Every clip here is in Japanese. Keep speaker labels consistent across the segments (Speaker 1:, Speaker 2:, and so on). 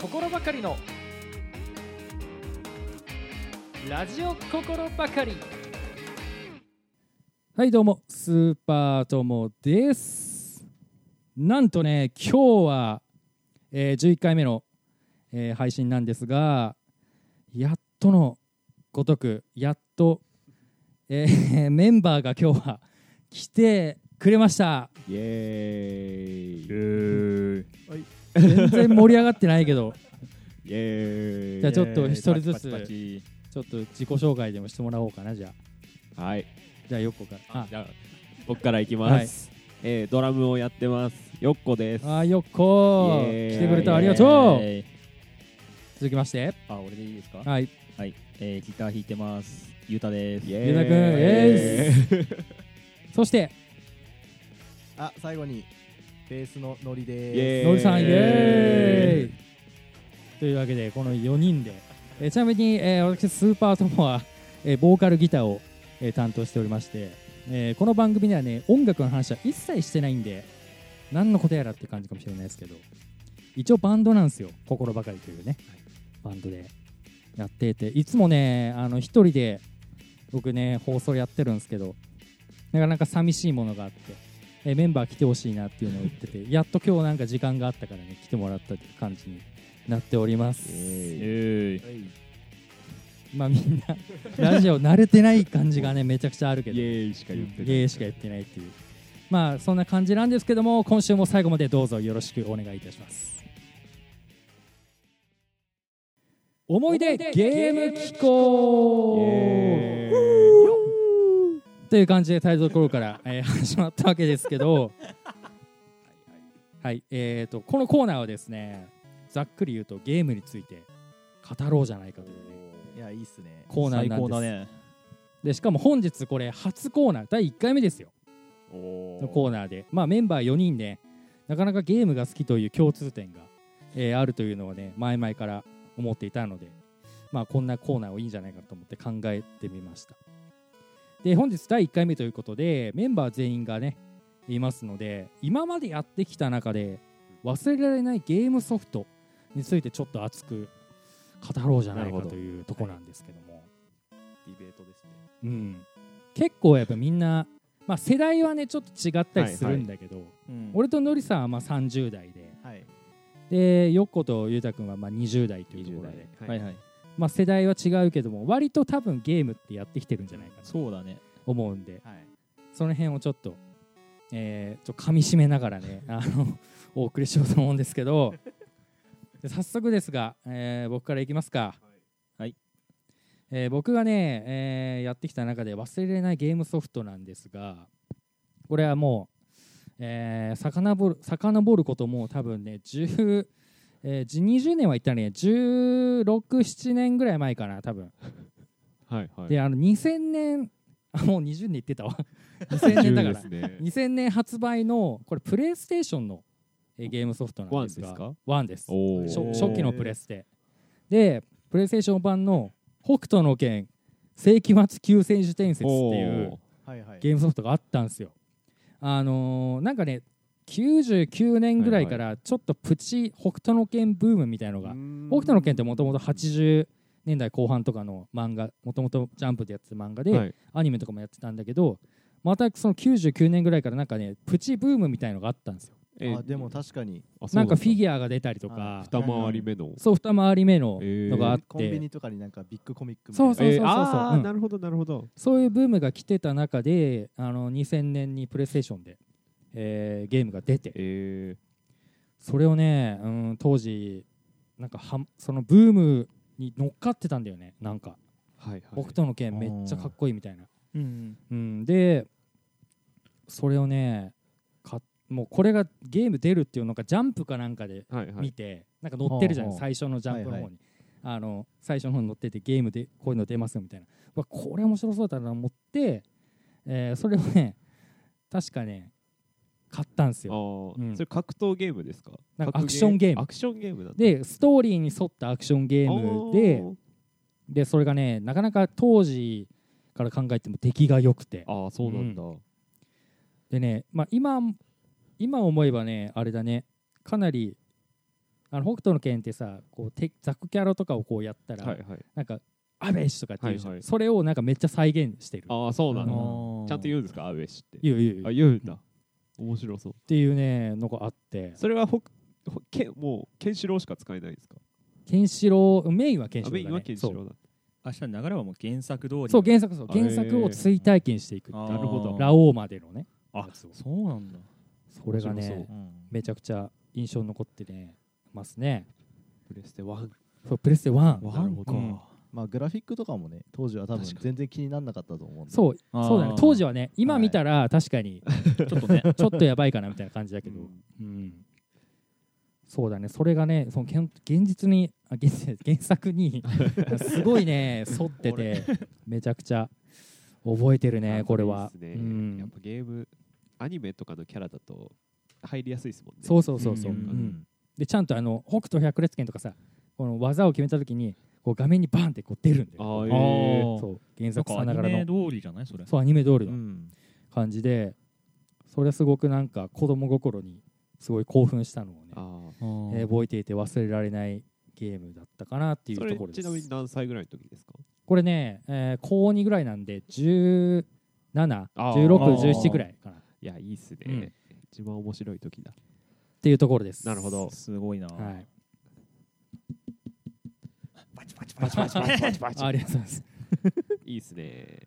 Speaker 1: 心ばかりのラジオ心ばかりはいどうもスーパーともですなんとね今日は、えー11回目の、えー配信なんですがやっとのごとくやっと、えー メンバーが今日は来てくれました
Speaker 2: イエーイイエーイ
Speaker 1: 全然盛り上がってないけど
Speaker 2: イエーイ
Speaker 1: じゃあちょっと一人ずつ
Speaker 2: パチパチ
Speaker 1: ちょっと自己紹介でもしてもらおうかなじゃあ
Speaker 2: パチはい
Speaker 1: じゃあよっこからあ
Speaker 2: じゃあ僕からいきます、えードラムをやってますよっこです
Speaker 1: あーよっこ
Speaker 2: イエーイ
Speaker 1: ー来てくれたありがとう
Speaker 2: イエーイ
Speaker 1: 続きまして
Speaker 3: あ、俺でいいですか。
Speaker 1: はい
Speaker 3: はい、えー、ギター弾いてます。ゆうたです。
Speaker 2: イ
Speaker 1: ゆうたくんイエ
Speaker 2: ーイ
Speaker 1: そして
Speaker 4: あ最後にベースのノリ
Speaker 2: イエ
Speaker 4: で
Speaker 2: ーイ
Speaker 1: のりさんイエーイというわけでこの4人でえーちなみに、えー私スーパートモは、えーボーカルギターを、えー担当しておりまして、えーこの番組ではね音楽の話は一切してないんで何のことやらって感じかもしれないですけど一応バンドなんですよ心ばかりというね、バンドでやっていていつもねあの一人で僕ね放送やってるんですけどなかなか寂しいものがあって、えーメンバー来てほしいなっていうのを言っててやっと今日なんか時間があったからね来てもらったという感じになっております、
Speaker 2: イエーイ
Speaker 3: え
Speaker 4: す
Speaker 1: まあみんなラジオ慣れてない感じがねめちゃくちゃあるけど
Speaker 2: イエ
Speaker 1: ゲ
Speaker 2: ーイしか言ってない
Speaker 1: ーしか言ってないっていうまあそんな感じなんですけども今週も最後までどうぞよろしくお願いいたします思い出ゲーム機
Speaker 2: イ
Speaker 1: 構
Speaker 2: エーイ
Speaker 1: という感じでタイトルコールから、えー 始まったわけですけどはいえー、とこのコーナーはですねざっくり言うとゲームについて語ろうじゃないかというね
Speaker 4: いやいいっすね
Speaker 1: コーナーなんです
Speaker 3: 最高だね。
Speaker 1: でしかも本日これ初コーナー第1回目ですよ
Speaker 2: おー
Speaker 1: のコーナーで、まあ、メンバー4人でなかなかゲームが好きという共通点が、えーあるというのはね前々から思っていたので、まあ、こんなコーナーをいいんじゃないかと思って考えてみましたで本日第1回目ということでメンバー全員がねいますので今までやってきた中で忘れられないゲームソフトについてちょっと熱く語ろうじゃないかというところなんですけども、
Speaker 2: ディベートですね
Speaker 1: うん、結構やっぱみんな、まあ、世代はねちょっと違ったりするんだけど、
Speaker 3: うん
Speaker 1: 俺とのりさんはまあ30代で
Speaker 4: はい
Speaker 1: でよっことゆうたくんはまあ20代というとこ
Speaker 2: 20
Speaker 1: ろ
Speaker 2: 代
Speaker 1: で、
Speaker 2: は
Speaker 3: はいはい。
Speaker 1: まあ、世代は違うけども割と多分ゲームってやってきてるんじゃないかなと
Speaker 3: そうだね。
Speaker 1: 思うんで
Speaker 4: はい
Speaker 1: その辺をちょっと,、えー、ちょっと噛み締めながらねあのお送りしようと思うんですけどで早速ですが、えー僕からいきますか
Speaker 3: はい、
Speaker 1: えー僕がね、えーやってきた中で忘れられないゲームソフトなんですがこれはもう、えー、遡る遡ることも多分ね10えー、20年は言ったらね1617年ぐらい前かな多分
Speaker 2: はいはい
Speaker 1: であの2000年あもう20年言ってた わ2000年だ から
Speaker 2: 10ですね
Speaker 1: 2000年発売のこれプレイステーションのえーゲームソフトなんですが
Speaker 2: ワンですか
Speaker 1: ワンです
Speaker 2: おー
Speaker 1: 初初期のプレステでプレイステーション版の「北斗の拳世紀末救世主伝説」っていう
Speaker 4: はいはい
Speaker 1: ゲームソフトがあったんですよあのーなんかね99年ぐらいからちょっとプチ北斗の拳ブームみたいのが北斗の拳ってもともと80年代後半とかの漫画もともとジャンプでやってた漫画で、
Speaker 2: はい
Speaker 1: アニメとかもやってたんだけどまたその99年ぐらいからなんかねプチブームみたいのがあったんですよ
Speaker 2: え
Speaker 4: あでも確かに
Speaker 2: あそう
Speaker 1: なん
Speaker 2: だ
Speaker 1: か
Speaker 2: った
Speaker 1: フィギュアが出たりとか
Speaker 4: あ
Speaker 2: 二回り目の
Speaker 1: そう二回り目の
Speaker 2: えー
Speaker 1: のがあって、
Speaker 4: コンビニとかになんかビッグコミックみ
Speaker 1: そう
Speaker 4: たいな
Speaker 2: えーあー
Speaker 1: うん
Speaker 2: なるほどなるほど
Speaker 1: そういうブームが来てた中であの2000年にプレイステーションで、えーゲームが出て
Speaker 2: え
Speaker 1: それをね、うん、当時なんかはそのブームに乗っかってたんだよねなんか
Speaker 2: ーはいは
Speaker 1: 北
Speaker 2: い
Speaker 1: 斗の拳めっちゃかっこいいみたいな、
Speaker 3: うん。
Speaker 1: うん、でそれをねかもうこれがゲーム出るっていうのがジャンプかなんかで
Speaker 2: はいはい
Speaker 1: 見て、なんか載ってるじゃない、
Speaker 4: ほうほ
Speaker 1: 最初のジャンプの方に、
Speaker 4: はい
Speaker 1: あの最初の方に載っててゲームでこういうの出ますよみたいなうわこれ面白そうだなと思って、えーそれをね確かね買ったんです
Speaker 2: あ
Speaker 1: よ
Speaker 2: ー
Speaker 1: うん
Speaker 2: それ格闘ゲームですか
Speaker 1: なんか
Speaker 2: 格
Speaker 1: アクションゲーム
Speaker 2: アクションゲームなんだ
Speaker 1: でストーリーに沿ったアクションゲームででそれがねなかなか当時から考えても出来が良くて
Speaker 2: あーあーそうなんだ、
Speaker 1: でね、まあ、今今思えばねあれだねかなりあの北斗の拳ってさこうてザクキャラとかをこうやったら、
Speaker 2: はいはい
Speaker 1: なんか「アベシ」とかって言うじゃん、
Speaker 2: はいはい
Speaker 1: それをなんかめっちゃ再現してる
Speaker 2: ああそうな
Speaker 1: あ
Speaker 2: んだ
Speaker 1: の
Speaker 2: ちゃんと言うんですかアウェシって
Speaker 1: 言う言う言う
Speaker 2: あ言うんだ面白そう
Speaker 1: っていうねのがあって
Speaker 2: それはほほけもうケンシロウしか使えないんですか
Speaker 1: ケンシロウメインはケンシ
Speaker 2: あ
Speaker 1: ロウだ、ね、
Speaker 2: メインはケンシロウ
Speaker 1: そ
Speaker 2: だ
Speaker 1: う
Speaker 3: 明日の流れはもう原作通り
Speaker 1: そう原作そう
Speaker 2: あ
Speaker 1: 原作を追体験していくってい
Speaker 3: あ
Speaker 1: う
Speaker 3: ー
Speaker 2: なるほど
Speaker 1: ラオウまでのね
Speaker 2: あ
Speaker 1: やつを
Speaker 3: そうなんだ、
Speaker 1: それが
Speaker 2: 面白
Speaker 1: ね
Speaker 2: そ
Speaker 3: うん
Speaker 1: めちゃくちゃ印象に残ってねますね
Speaker 2: プレステ1
Speaker 1: そうプレステ1
Speaker 2: なるほど
Speaker 3: うん
Speaker 4: まあグラフィックとかもね当時は多分
Speaker 2: 確かに
Speaker 4: 全然気にならなかったと思うんで
Speaker 1: そう
Speaker 3: あー
Speaker 1: そうだね当時はね今見たら確かに
Speaker 3: ちょっとね
Speaker 1: ちょっとやばいかなみたいな感じだけど、うんそうだねそれがねそのけん現実にあ現実原作 にすごいね沿っててめちゃくちゃ覚えてるね
Speaker 2: あ
Speaker 1: これは
Speaker 2: そうで
Speaker 1: う
Speaker 2: すねやっ
Speaker 1: ん、
Speaker 2: ぱゲームアニメとかのキャラだと入りやすいですもんね
Speaker 1: そうそうそうそう、
Speaker 3: うん
Speaker 1: うんでちゃんとあの北斗百裂拳とかさこの技を決めた時にこう画面にバンってこう出るんだ
Speaker 2: あ
Speaker 1: よ
Speaker 2: ー
Speaker 3: あ
Speaker 2: えー
Speaker 3: ー
Speaker 1: そう原
Speaker 3: なん
Speaker 1: 作
Speaker 3: か
Speaker 1: さ
Speaker 3: ア
Speaker 1: な
Speaker 3: ニ
Speaker 1: がら
Speaker 3: メ
Speaker 1: の
Speaker 3: 通りじゃないそれ
Speaker 1: そうアニメ通り
Speaker 4: う
Speaker 1: の
Speaker 4: ん
Speaker 1: 感じで、それすごくなんか子供心にすごい興奮したのをね
Speaker 2: あー
Speaker 1: えー覚えていて忘れられないゲームだったかなっていう
Speaker 2: そ
Speaker 1: と
Speaker 2: れ
Speaker 1: ころで
Speaker 2: ちなみに
Speaker 1: す。
Speaker 2: 何歳ぐらいの時ですか
Speaker 1: これね、えー高2ぐらいなんで17、16、
Speaker 2: あー
Speaker 1: 17ぐらいかなっ
Speaker 2: いやいいっすね、
Speaker 1: うん
Speaker 2: 一番面白い時だ
Speaker 1: ていうところです。
Speaker 2: なるほど
Speaker 3: すごいな、
Speaker 1: はい。
Speaker 3: バチバチ
Speaker 1: パチパチパチパチパチ。 ありがとうございます。
Speaker 2: いいっすね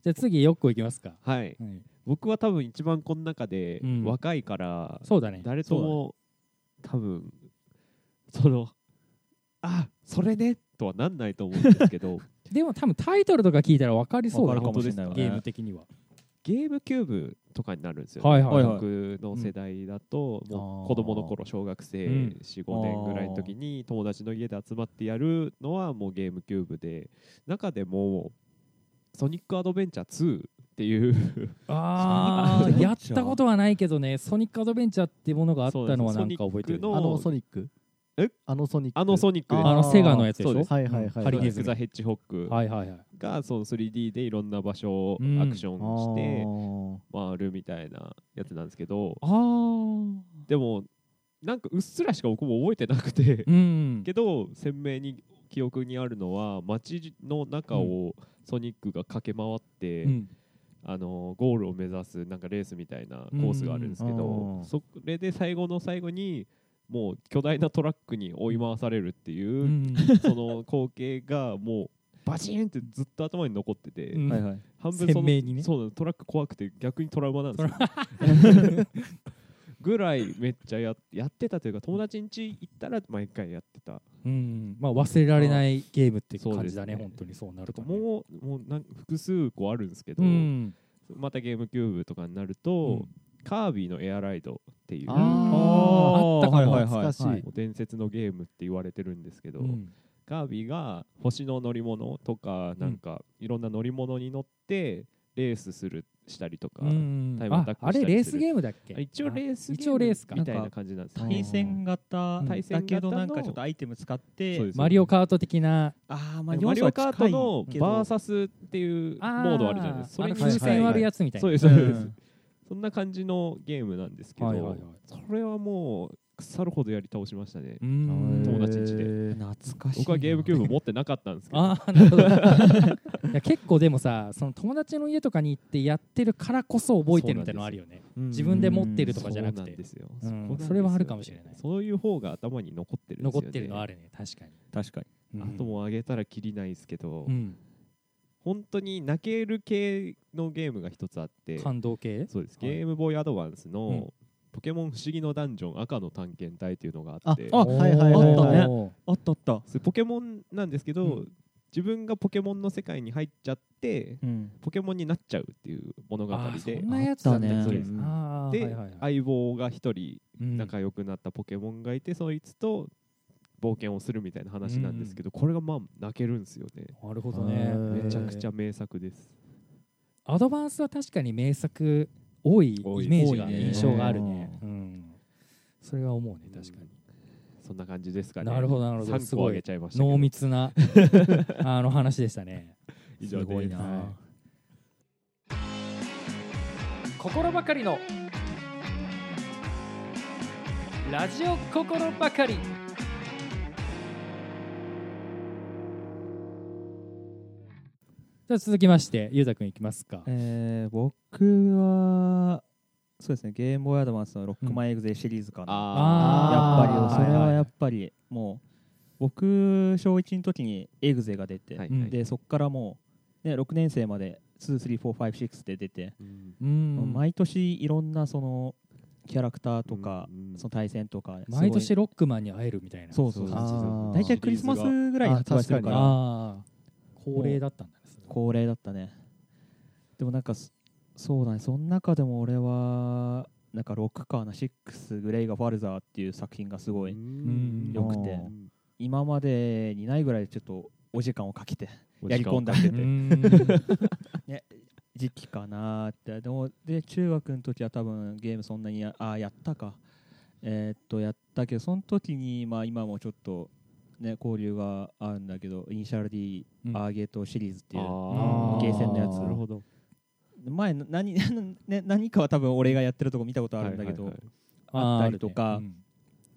Speaker 1: じゃあ次よっこいきますか。
Speaker 2: はい
Speaker 1: はい、
Speaker 2: 僕は多分一番この中で
Speaker 1: うん
Speaker 2: 若いから、
Speaker 1: そうだね。
Speaker 2: 誰とも、多分そのあそれねとはなんないと思うんですけ ど
Speaker 1: でも多分タイトルとか聞いたら分かりそうだ
Speaker 3: わ
Speaker 1: ね
Speaker 3: かるかもしれないわね
Speaker 1: ゲーム的には。
Speaker 2: ゲームキューブとかになるんですよ、
Speaker 1: はいはい
Speaker 3: はいはい
Speaker 2: 僕の世代だと、
Speaker 3: うん
Speaker 2: もう子供の頃小学生
Speaker 1: うん
Speaker 2: 45年ぐらいの時に友達の家で集まってやるのはもうゲームキューブで中でも「ソニックアドベンチャー2」っていう
Speaker 1: あ
Speaker 3: ソニ
Speaker 1: あ、
Speaker 3: ック
Speaker 1: やったことはないけどね、ソニックアドベンチャーってものがあったのはなんか覚えてるね。
Speaker 2: そう
Speaker 4: あの
Speaker 2: です
Speaker 4: ソニック
Speaker 2: え
Speaker 4: あのソニック
Speaker 2: あのソニックです
Speaker 1: あのセガのやつでし
Speaker 2: そう
Speaker 1: ょ
Speaker 2: です
Speaker 4: はいはいはい
Speaker 1: ハ
Speaker 2: ソ
Speaker 1: リ
Speaker 2: ニ
Speaker 1: ネ
Speaker 2: ッ
Speaker 1: ズ
Speaker 2: ク・
Speaker 1: ミ
Speaker 2: ザ・ヘッジホック
Speaker 1: はいはいはい。
Speaker 2: がその 3D でいろんな場所を
Speaker 1: うん
Speaker 2: アクションして
Speaker 4: あ
Speaker 2: 回るみたいなやつなんですけど
Speaker 1: ああ。
Speaker 2: でもなんかうっすらしか僕も覚えてなくて
Speaker 1: うん。
Speaker 2: けど鮮明に記憶にあるのは街の中をソニックが駆け回って、
Speaker 1: うん
Speaker 2: あのゴールを目指すなんかレースみたいなコースがあるんですけ
Speaker 4: うん
Speaker 2: ど、
Speaker 4: うん
Speaker 2: それで最後の最後にもう巨大なトラックに追い回されるっていうう、
Speaker 1: ん
Speaker 2: その光景がもうバチーンってずっと頭に残ってて、
Speaker 1: うん
Speaker 3: はいはい
Speaker 2: 半分その
Speaker 1: 鮮明にね
Speaker 2: そうなのトラック怖くて逆にトラウマなんですよぐらいめっちゃややってたというか友達ん家行ったら毎回やってた
Speaker 1: うん、まあ忘れられないゲームって
Speaker 2: そう
Speaker 1: 感
Speaker 2: で
Speaker 1: じ
Speaker 2: す
Speaker 1: だ
Speaker 2: ね
Speaker 1: ね、本当にそうなるとね。
Speaker 2: もうもうなん複数個あるんですけど、
Speaker 1: うん、
Speaker 2: またゲームキューブとかになると、カービィのエアライドっていう
Speaker 1: あったかも
Speaker 3: はい
Speaker 4: ー
Speaker 3: はい
Speaker 4: 懐
Speaker 3: は
Speaker 4: か
Speaker 3: い
Speaker 4: しい、
Speaker 1: はい
Speaker 2: もう伝説のゲームって言われてるんですけど、
Speaker 1: うん
Speaker 2: カービィが星の乗り物とかなんかいろんな乗り物に乗ってレースするしたりとか、
Speaker 1: うん
Speaker 2: タイムア
Speaker 1: あ
Speaker 2: タック
Speaker 1: あれ
Speaker 2: したりする
Speaker 1: レースゲームだっけ
Speaker 2: 一応レース
Speaker 1: あ一応レースか
Speaker 2: みたいな感じなんですよ
Speaker 3: 対戦型
Speaker 2: 対戦
Speaker 3: だけ
Speaker 2: 型の
Speaker 3: どなんかちょっとアイテム使っ
Speaker 2: そう
Speaker 3: て
Speaker 2: です
Speaker 1: マリオカート的な
Speaker 3: ああま
Speaker 2: マ
Speaker 3: あ
Speaker 2: リオカートのバー
Speaker 3: ス
Speaker 2: サスっていうモ
Speaker 1: あ
Speaker 2: ードあるじゃないですか。そ
Speaker 1: あ
Speaker 2: れ
Speaker 1: の
Speaker 2: に
Speaker 1: 風船割るやつみたいな、
Speaker 2: そうですそうです。そんな感じのゲームなんですけど、
Speaker 1: はいはいはい
Speaker 2: それはもう腐るほどやり倒しましたね。
Speaker 1: うん
Speaker 2: 友達ん家で
Speaker 3: 懐かしい
Speaker 2: 僕はゲームキューブ持ってなかったんですけど、
Speaker 1: ああなるほどいや結構でもさその友達の家とかに行ってやってるからこそ覚えてるみたいなのあるよね自分で持ってるとかじゃなく
Speaker 2: そうなん
Speaker 1: て
Speaker 2: ですよ。
Speaker 1: うん
Speaker 2: こなんですよ
Speaker 1: それはあるかもしれない
Speaker 2: そういう方が頭に残ってるんですよ
Speaker 1: 残
Speaker 2: ね。
Speaker 1: ってるのあるね確かに、
Speaker 3: 確かに
Speaker 2: あともうあげたらきりないですけど、
Speaker 1: うん、
Speaker 2: 本当に泣ける系のゲームが一つあって、
Speaker 1: 感動系
Speaker 2: そうです、
Speaker 1: はい
Speaker 2: ゲームボーイアドバンスの、
Speaker 1: うん
Speaker 2: ポケモン不思議のダンジョン赤の探検隊っていうのがあって
Speaker 3: あ
Speaker 4: はいはいはい
Speaker 3: あったね
Speaker 1: ね
Speaker 3: あったあった
Speaker 2: それポケモンなんですけど、
Speaker 1: うん
Speaker 2: 自分がポケモンの世界に入っちゃって
Speaker 3: うん
Speaker 2: ポケモンになっちゃうっていう物語
Speaker 1: あそ
Speaker 2: で
Speaker 1: んなやつだった
Speaker 3: あ
Speaker 1: ね
Speaker 3: ったね
Speaker 1: あー
Speaker 2: で、
Speaker 1: はいはいはい
Speaker 2: 相棒が一人
Speaker 1: うん
Speaker 2: 仲良くなったポケモンがいて、そいつと冒険をするみたいな話なんですけど、これがまあ泣けるんですよね
Speaker 1: なるほどね
Speaker 4: うん
Speaker 2: めちゃくちゃ名作です
Speaker 1: アドバンスは確かに名作多いイ
Speaker 2: 多い
Speaker 1: メージが、
Speaker 3: 多いね
Speaker 1: 印象があるね、うん、それは思うね確かに、
Speaker 2: そんな感じですかね
Speaker 1: なるほどなるほど
Speaker 2: 3個あげちゃいましたけど
Speaker 1: 濃密な あの話でした ね
Speaker 2: 以上です
Speaker 3: ごいな
Speaker 1: はい心ばかりのラジオ心ばかりじゃあ続きましてゆうたくんいきますか、
Speaker 3: えー、僕はそうですねゲームボーイアドバンスのロックマンエグゼシリーズかな、
Speaker 1: あー
Speaker 3: やっぱり
Speaker 1: は
Speaker 3: それ
Speaker 1: いは
Speaker 3: はいやっぱりもう僕小1の時にエグゼが出て、
Speaker 2: はい
Speaker 1: うん
Speaker 3: でそこからもう、ね、6年生まで23456で出て、
Speaker 2: うん
Speaker 1: うん
Speaker 3: もう毎年いろんなそのキャラクターとか、
Speaker 2: うん
Speaker 3: その対戦とかすごい
Speaker 1: 毎年ロックマンに会えるみたいな
Speaker 3: そうそうそう
Speaker 1: 感じだ
Speaker 4: あー
Speaker 3: 大体クリスマスぐらいに発売するから
Speaker 1: あー恒例だったんだね
Speaker 3: 恒例だったねでもなんかそそうだねその中でも俺はなんか6かな6グレイがファルザーっていう作品がすごい
Speaker 1: ん
Speaker 3: 良くて
Speaker 2: うん
Speaker 3: 今までにないぐらいちょっとお時間をかけてやり込んだけ
Speaker 1: う
Speaker 3: ど
Speaker 1: ん
Speaker 3: 時期かなーってでもで中学の時は多分ゲームそんなにやあーやったかえーっとやったけどその時にまあ今もちょっとね交流があるんだけどイニシャル D
Speaker 1: うん
Speaker 3: アーゲートシリーズっていう、
Speaker 2: あー
Speaker 3: ゲーセンのやつ
Speaker 2: なるほど
Speaker 3: 前な何ね何かは多分俺がやってるとこ見たことあるんだけど、
Speaker 2: はいはい
Speaker 3: あったりとか
Speaker 1: あるね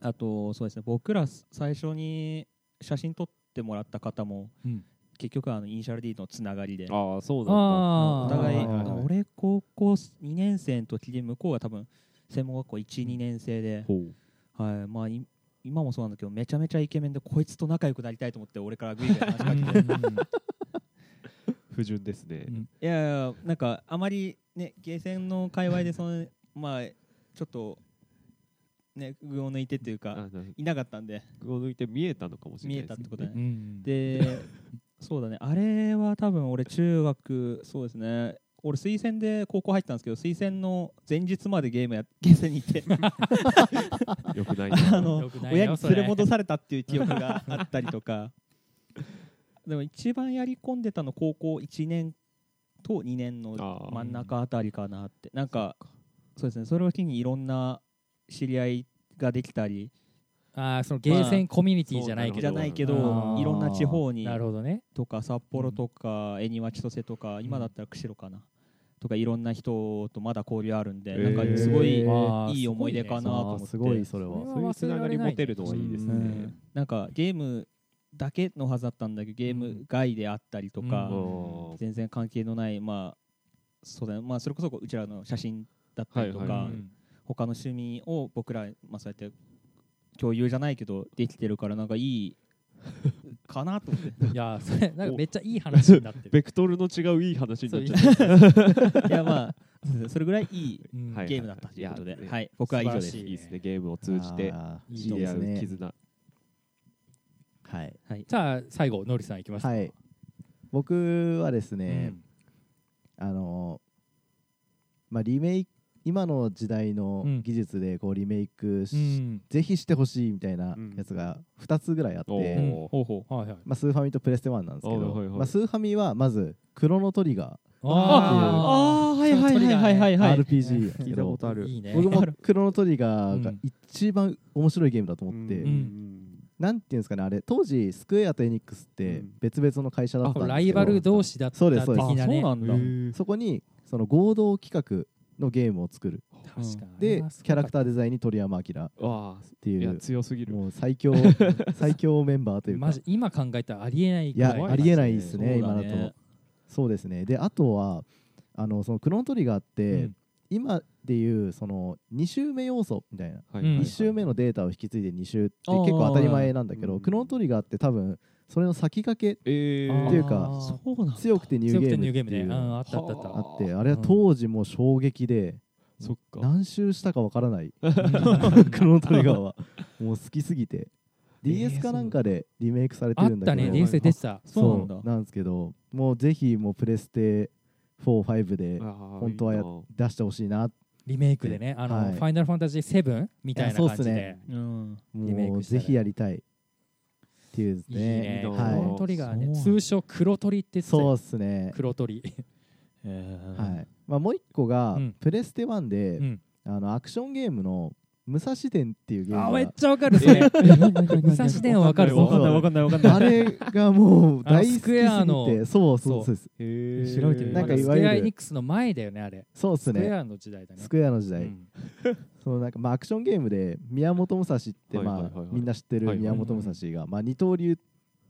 Speaker 3: あとそうですね僕ら最初に写真撮ってもらった方も
Speaker 1: うんうん
Speaker 3: 結局あのイニシャル D のつながりで
Speaker 2: はいああそうなんだ
Speaker 1: あー
Speaker 3: お互
Speaker 1: は
Speaker 3: い
Speaker 1: はは
Speaker 3: 俺高校2年生の時で向こうが多分専門学校12年生で、
Speaker 2: ほう
Speaker 3: はいまあ、い今もそうなんだけどめちゃめちゃイケメンでこいつと仲良くなりたいと思って俺からグイグイ話しかけてい
Speaker 2: 不純ですね
Speaker 1: うん
Speaker 3: やいやなんかあまりねゲーセンの界隈でそのまあちょっとね群を抜いてっていうか
Speaker 2: あなんか
Speaker 3: いなかったんで
Speaker 2: 具を抜いて見えたのかもしれ
Speaker 3: 見
Speaker 2: な
Speaker 3: え
Speaker 2: い
Speaker 3: たってこと
Speaker 2: ね
Speaker 3: ね
Speaker 1: う。ん
Speaker 3: でそうだねあれは多分俺中学そうですね俺推薦で高校入ったんですけど推薦の前日までゲームや ゲーセンに行って
Speaker 2: よくな い
Speaker 3: あ
Speaker 2: な
Speaker 3: の
Speaker 1: よくないよ
Speaker 3: 親に
Speaker 1: それ
Speaker 3: 連れ戻されたっていう記憶 があったりとかでも一番やり込んでたの高校1年と2年の
Speaker 2: あー
Speaker 3: 真ん中あたりかなってなんかそうですねそれを機にいろんな知り合いができたり
Speaker 1: あーそのゲーセンコミュニティじゃないけ
Speaker 3: じ
Speaker 1: ど
Speaker 3: ゃないけど
Speaker 1: あー
Speaker 3: いろんな地方に
Speaker 1: なるほどね
Speaker 3: とか札幌とか恵庭千歳とか今だったら釧路かなとかいろんな人とまだ交流あるんで
Speaker 2: えー
Speaker 3: なんかすごい
Speaker 2: え
Speaker 1: ー
Speaker 3: いい思い出かなと思って
Speaker 4: すごいそれは
Speaker 1: それは
Speaker 2: そういうつながり持てるのはいいです
Speaker 3: う
Speaker 2: ね
Speaker 3: んなんかゲームだけのはずだったんだけどゲーム外であったりと
Speaker 1: う
Speaker 3: か
Speaker 1: ん
Speaker 2: あー
Speaker 3: 全然関係のないまあそうだねまあそれこそうちらの写真だったりと
Speaker 2: はい
Speaker 3: か
Speaker 2: はい
Speaker 3: 他の趣味を僕らまあそうやって共有じゃないけどできてるからなんかいいかなと思って
Speaker 1: いやーそれなんかめっちゃいい話になってる
Speaker 2: ベクトルの違ういい話に
Speaker 1: そ
Speaker 2: な
Speaker 1: う
Speaker 2: っ
Speaker 1: い
Speaker 2: ち
Speaker 1: う
Speaker 2: ゃった
Speaker 3: いやまあそうですねそれぐらいいい
Speaker 1: うん
Speaker 2: はい
Speaker 3: ゲームだったということ
Speaker 2: い
Speaker 3: で
Speaker 2: や、
Speaker 3: はい、僕は以上で
Speaker 1: 素
Speaker 3: す
Speaker 1: 晴らし。
Speaker 2: いいですねゲームを通じて
Speaker 4: あー
Speaker 1: い
Speaker 2: 知
Speaker 1: い
Speaker 2: り
Speaker 1: で
Speaker 2: 合
Speaker 1: す
Speaker 2: う絆
Speaker 4: ねはい
Speaker 3: はい、
Speaker 1: じゃあ最後のりさんいきますか
Speaker 4: はい僕はです
Speaker 1: う
Speaker 4: ね、
Speaker 1: ん
Speaker 4: あのまあリメイク今の時代の
Speaker 1: うん
Speaker 4: 技術でこうリメイクし、
Speaker 1: うん
Speaker 4: ぜひしてほしいみたいな
Speaker 2: うん
Speaker 4: やつが2つぐらいあって、
Speaker 2: おー
Speaker 1: うん
Speaker 2: おー
Speaker 3: ほうほう。
Speaker 1: はいはい
Speaker 4: まあ、スーファミとプレステ1なんですけど、
Speaker 2: あはいはい
Speaker 4: まあ、スーファミはまず「クロノトリガ
Speaker 1: あ
Speaker 3: あー、はいはいはいはいはい
Speaker 4: ー」
Speaker 3: はい。
Speaker 4: RPG
Speaker 2: 聞いたことあ
Speaker 1: ー
Speaker 2: る
Speaker 1: いいね
Speaker 4: 僕も
Speaker 3: ある
Speaker 4: クロノトリガーが
Speaker 1: うん
Speaker 4: 一番面白いゲームだと思って、
Speaker 2: うん
Speaker 4: なんていうんですかねあれ当時スクエアとエニックスって
Speaker 2: うん
Speaker 4: 別々の会社だったんですけど
Speaker 1: ライバル同士だった
Speaker 4: そうですそうです
Speaker 1: 的なね
Speaker 3: あそうなんだ
Speaker 2: へー
Speaker 4: そこにその合同企画のゲームを作る
Speaker 1: 確かに
Speaker 4: でキャラク
Speaker 1: ー
Speaker 4: ターデザインに鳥山明っ
Speaker 2: わあ
Speaker 4: て
Speaker 2: い
Speaker 4: い
Speaker 2: や
Speaker 4: う
Speaker 2: 強すぎる
Speaker 4: もう 最強最強メンバーというか
Speaker 1: マジ今考えたらありえない
Speaker 4: い
Speaker 1: ぐら
Speaker 4: や
Speaker 1: い
Speaker 2: 怖い
Speaker 4: ありえないですね
Speaker 3: そう
Speaker 4: 今
Speaker 3: だ
Speaker 4: だ
Speaker 3: ね
Speaker 4: とそうですねであとはあのそのクロノトリガーって、
Speaker 1: うん
Speaker 4: 今でいうその2周目要素みたいな
Speaker 2: は
Speaker 1: うん
Speaker 2: いはいはい
Speaker 4: 1周目のデータを引き継いで2周って
Speaker 3: あー
Speaker 4: 結構当たり前なんだけ
Speaker 2: う
Speaker 4: ど
Speaker 2: ん
Speaker 4: クロノトリガーって多分それの先駆け
Speaker 2: えー
Speaker 1: あー
Speaker 4: っていうか
Speaker 3: そうなんだ。
Speaker 4: 強くてニュ
Speaker 1: 強くてニュ
Speaker 4: ー
Speaker 1: ー
Speaker 4: ゲ
Speaker 1: ゲ
Speaker 4: ー
Speaker 1: ーム
Speaker 4: ムって
Speaker 1: ね
Speaker 4: いううんの
Speaker 1: あったあったあった
Speaker 4: があって
Speaker 2: はあ
Speaker 4: あれは当時もう衝撃で
Speaker 2: そっか
Speaker 4: 何周したかわか らない
Speaker 1: うん
Speaker 4: クロノトリガーはもう好きすぎて
Speaker 1: えー
Speaker 4: DS かなんかでリメイクされて
Speaker 1: あ
Speaker 4: るん
Speaker 1: っ
Speaker 4: だ
Speaker 1: た
Speaker 4: け
Speaker 1: ね
Speaker 4: ど
Speaker 1: DS で出てた
Speaker 3: そうなんだ
Speaker 4: そうなんですけどもうぜひもうプレステ45で
Speaker 2: 本
Speaker 4: 本当はや出してほしいな
Speaker 1: リメイクでねあの、
Speaker 4: はい
Speaker 1: ファイナルファンタジー7みたいな
Speaker 4: そう
Speaker 1: 感
Speaker 4: っ
Speaker 1: じ
Speaker 4: す
Speaker 1: で、
Speaker 4: ね
Speaker 3: うん。
Speaker 1: リメイ
Speaker 4: もう
Speaker 1: クしたら
Speaker 4: ぜひやりたいっていうです
Speaker 1: いいね
Speaker 4: ね
Speaker 1: ク
Speaker 2: い
Speaker 1: ロ
Speaker 2: いなあ
Speaker 4: は
Speaker 1: ノトリガー
Speaker 3: そう
Speaker 1: ね
Speaker 3: なんだ
Speaker 1: 通称黒鳥って言
Speaker 4: い
Speaker 1: ってた
Speaker 4: そう
Speaker 1: よ
Speaker 4: っすね
Speaker 1: 黒鳥
Speaker 3: えー
Speaker 4: はいまあ、もう一個が、
Speaker 1: うん
Speaker 4: プレステ1で、
Speaker 1: うん
Speaker 4: あのアクションゲームの武蔵伝っていうゲー
Speaker 1: あめっ
Speaker 4: ム
Speaker 1: ちゃわかるそれ武蔵伝はわかる
Speaker 3: わかん
Speaker 1: ぞ
Speaker 3: ないわかんないわかんない
Speaker 4: があれがもう大好きすぎ
Speaker 1: あのスクエア
Speaker 4: て
Speaker 1: の
Speaker 4: そうそ
Speaker 1: そ
Speaker 4: うそううです
Speaker 2: へー
Speaker 3: 調べてみよう
Speaker 4: なんかい
Speaker 1: ス
Speaker 4: わゆ
Speaker 1: クエア
Speaker 4: る
Speaker 1: エニックスの前だよねあれ
Speaker 4: そうです
Speaker 1: スクエ
Speaker 4: ね
Speaker 1: アの時代だね
Speaker 4: スクエアの時代、
Speaker 1: うん
Speaker 4: そのなんかまあアクションゲームで宮本武蔵って
Speaker 2: はい
Speaker 4: ま
Speaker 2: はい
Speaker 4: あ
Speaker 2: はいはい
Speaker 4: みんな知ってる
Speaker 2: はい
Speaker 4: 宮本武蔵がまあ二刀流っ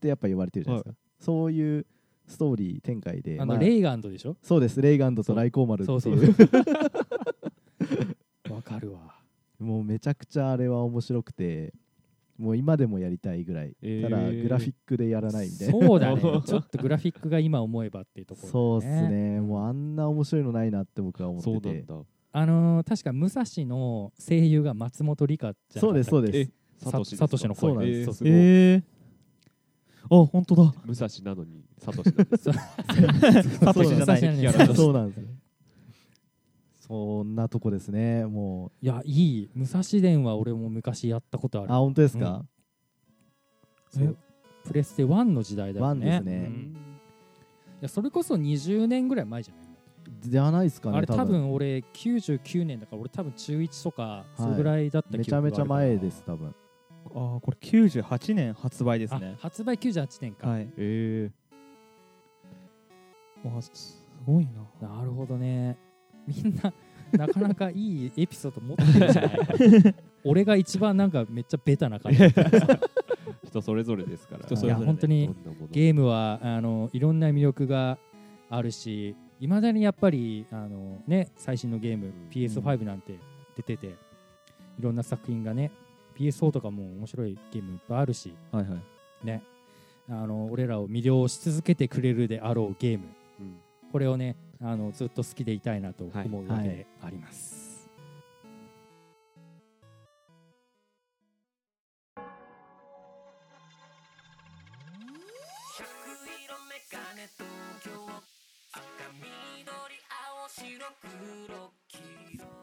Speaker 4: てやっぱ言われてるじゃないですか、そういうストーリー展開で
Speaker 1: あ
Speaker 4: ま
Speaker 1: の
Speaker 4: あ
Speaker 1: レイガンドでしょ
Speaker 4: そうですレイガンドとライコーマルってい
Speaker 1: そううそうそうわかるわ
Speaker 4: もうめちゃくちゃあれは面白くてもう今でもやりたいぐらい、
Speaker 2: え
Speaker 4: た
Speaker 2: ー
Speaker 4: だグラフィックでやらないみたいな
Speaker 1: そう だねちょっとグラフィックが今思えばっていうところだ
Speaker 4: そうっすねもうあんな面白いのないなって僕は思
Speaker 2: そう
Speaker 4: っ
Speaker 2: な
Speaker 4: て
Speaker 2: ん
Speaker 4: て
Speaker 2: だ
Speaker 1: あのー確か武蔵の声優が松本里香じゃなかったっけ
Speaker 4: そうですそうです
Speaker 1: さ
Speaker 2: サトシですか
Speaker 1: サトシの声
Speaker 4: そうなんです
Speaker 2: えー
Speaker 4: そう
Speaker 2: すごい
Speaker 3: ええあ本当 だ
Speaker 2: 武蔵なのにサトシなんですね
Speaker 3: サトシじゃ
Speaker 1: サ
Speaker 3: ない
Speaker 1: トシじゃない
Speaker 3: キャラ
Speaker 4: そうなんですねそんなとこですねも
Speaker 1: いやいい武蔵伝は俺も昔やったことあ
Speaker 4: う
Speaker 1: る
Speaker 4: あ本当ですか、
Speaker 1: そうプレステ1の時代だよね
Speaker 4: ワンですね
Speaker 1: うんいやそれこそ20年ぐらい前じゃない
Speaker 4: じゃないですかね
Speaker 1: あれ多分俺99年だから俺多分中1とかそれぐらいだった
Speaker 4: め
Speaker 1: 記
Speaker 4: ちゃ
Speaker 1: 憶があ
Speaker 4: め
Speaker 1: る
Speaker 4: ち
Speaker 1: か
Speaker 4: ゃ
Speaker 1: ら
Speaker 4: 前です多分
Speaker 3: あこれ98年発売です
Speaker 1: あ
Speaker 3: ね
Speaker 1: 発売98年か、
Speaker 3: はい
Speaker 2: え
Speaker 3: わすごいな
Speaker 1: なるほどねみんななかなかいいエピソード持ってるじゃない俺が一番なんかめっちゃベタな感じ
Speaker 2: ー人それぞれですから
Speaker 3: 人
Speaker 1: い
Speaker 3: それ
Speaker 1: や
Speaker 3: ぞれね
Speaker 1: 本当に
Speaker 2: どんなもの
Speaker 1: ゲームはあのいろんな魅力があるしいまだにやっぱりあの、ね、最新のゲーム PS5 なんて出てて、いろんな作品がね PS4 とかも面白いゲームいっぱいあるし、
Speaker 3: はいはい
Speaker 1: ね、あの俺らを魅了し続けてくれるであろうゲーム
Speaker 2: うん
Speaker 1: これをねあのずっと好きでいたいなと
Speaker 2: はい
Speaker 1: 思うわけであります。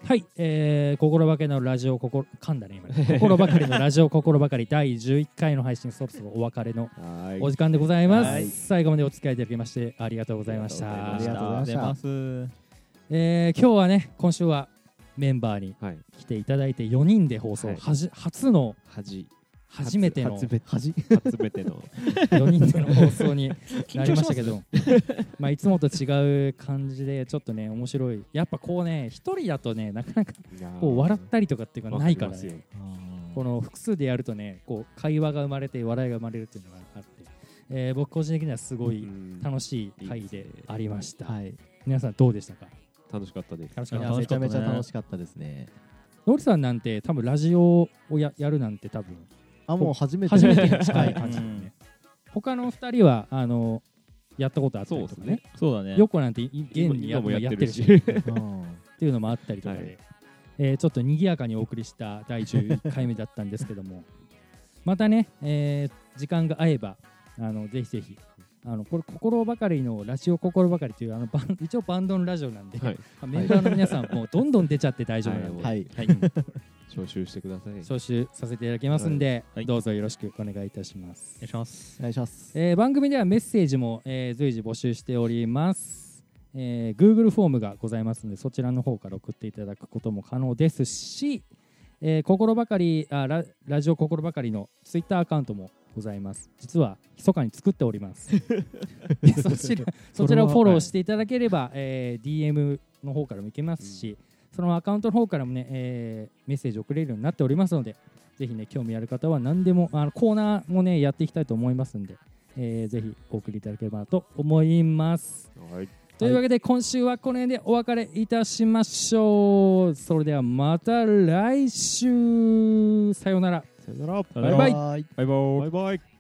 Speaker 1: はい、えー、心ばかりのラジオ心噛んだね今ね心ばかりのラジオ心ばかり第11回の配信そろそろお別れの
Speaker 2: は
Speaker 1: お
Speaker 2: い
Speaker 1: 時間でございます、
Speaker 4: はい
Speaker 1: 最後までお付き合いいただきましてありがとうございました
Speaker 2: ありがとうご
Speaker 4: ざいまし
Speaker 3: す
Speaker 1: えー今日はね今週はメンバーに
Speaker 2: はい
Speaker 1: 来ていただいて4人で放送、
Speaker 2: はい
Speaker 1: はじ初の
Speaker 2: 恥
Speaker 1: 初めての
Speaker 2: 初めて
Speaker 4: 恥
Speaker 2: 初めての
Speaker 1: 4人での放送になりましたけ
Speaker 3: 緊張し
Speaker 1: ど まあいつもと違う感じでちょっとね面白いやっぱこうね一人だとねなかなかこう笑ったりとかっていうのがないから
Speaker 2: わかり
Speaker 1: ね
Speaker 2: ますよ
Speaker 1: この複数でやるとねこう会話が生まれて笑いが生まれるっていうのがあって、えー僕個人的にはすごい
Speaker 2: うん
Speaker 1: 楽しい回でありました、
Speaker 4: はい
Speaker 1: 皆さんどうでしたか
Speaker 2: 楽しかったです
Speaker 1: 楽し
Speaker 4: い
Speaker 1: かっ
Speaker 3: い
Speaker 1: たで
Speaker 4: や
Speaker 1: す
Speaker 4: めちゃめちゃ楽
Speaker 3: 楽
Speaker 4: しかったですね
Speaker 1: ノリさんなんて多分ラジオをややるなんて多分
Speaker 4: あもう初めて
Speaker 1: 初めてに近い感じだ
Speaker 3: う
Speaker 1: ね
Speaker 3: ん
Speaker 1: 他の2人はあのやったことあったりと
Speaker 2: そう
Speaker 1: か
Speaker 2: です
Speaker 1: ね
Speaker 2: ね
Speaker 3: そうだね
Speaker 1: ヨコなんてい現
Speaker 2: 今
Speaker 1: にや
Speaker 2: 今もや
Speaker 1: や
Speaker 2: っ
Speaker 1: ってて
Speaker 2: る
Speaker 1: る
Speaker 2: し
Speaker 1: し
Speaker 4: うん
Speaker 1: っていうのもあったりとかで、
Speaker 2: はい
Speaker 1: えーちょっと賑やかにお送りした第11回目だったんですけども またね、えー時間が合えばあのぜひぜひあのこれ心ばかりのラジオ心ばかりというあのバン一応バンドのラジオなんで、
Speaker 2: はい
Speaker 1: メンバーの皆さんもうどんどん出ちゃって 大丈夫なんで、
Speaker 4: はい
Speaker 3: はい
Speaker 2: 招集してください
Speaker 1: 招集させていただきますんで、
Speaker 3: はい
Speaker 1: どうぞよろしくお願いいたします
Speaker 3: お願いします
Speaker 4: お願いします
Speaker 1: えー番組ではメッセージも、えー随時募集しております、えー Google フォームがございますのでそちらの方から送っていただくことも可能ですし、えー心ばかりあララジオ心ばかりのツイッターアカウントもございます実は密かに作っております でそちらそちらをフォローしていただければ、えー DM の方からもいけますし、そのアカウントの方からもね、えーメッセージ送れるようになっておりますのでぜひね興味ある方は何でもあのコーナーもねやっていきたいと思いますんでえーぜひお送りいただければなと思います。
Speaker 2: はい
Speaker 1: というわけで、今週はこの辺でお別れいたしましょう。それではまた来週さようなら。
Speaker 3: さよなら
Speaker 1: バイバイ
Speaker 4: はーい
Speaker 3: バイバイ
Speaker 2: バイバイ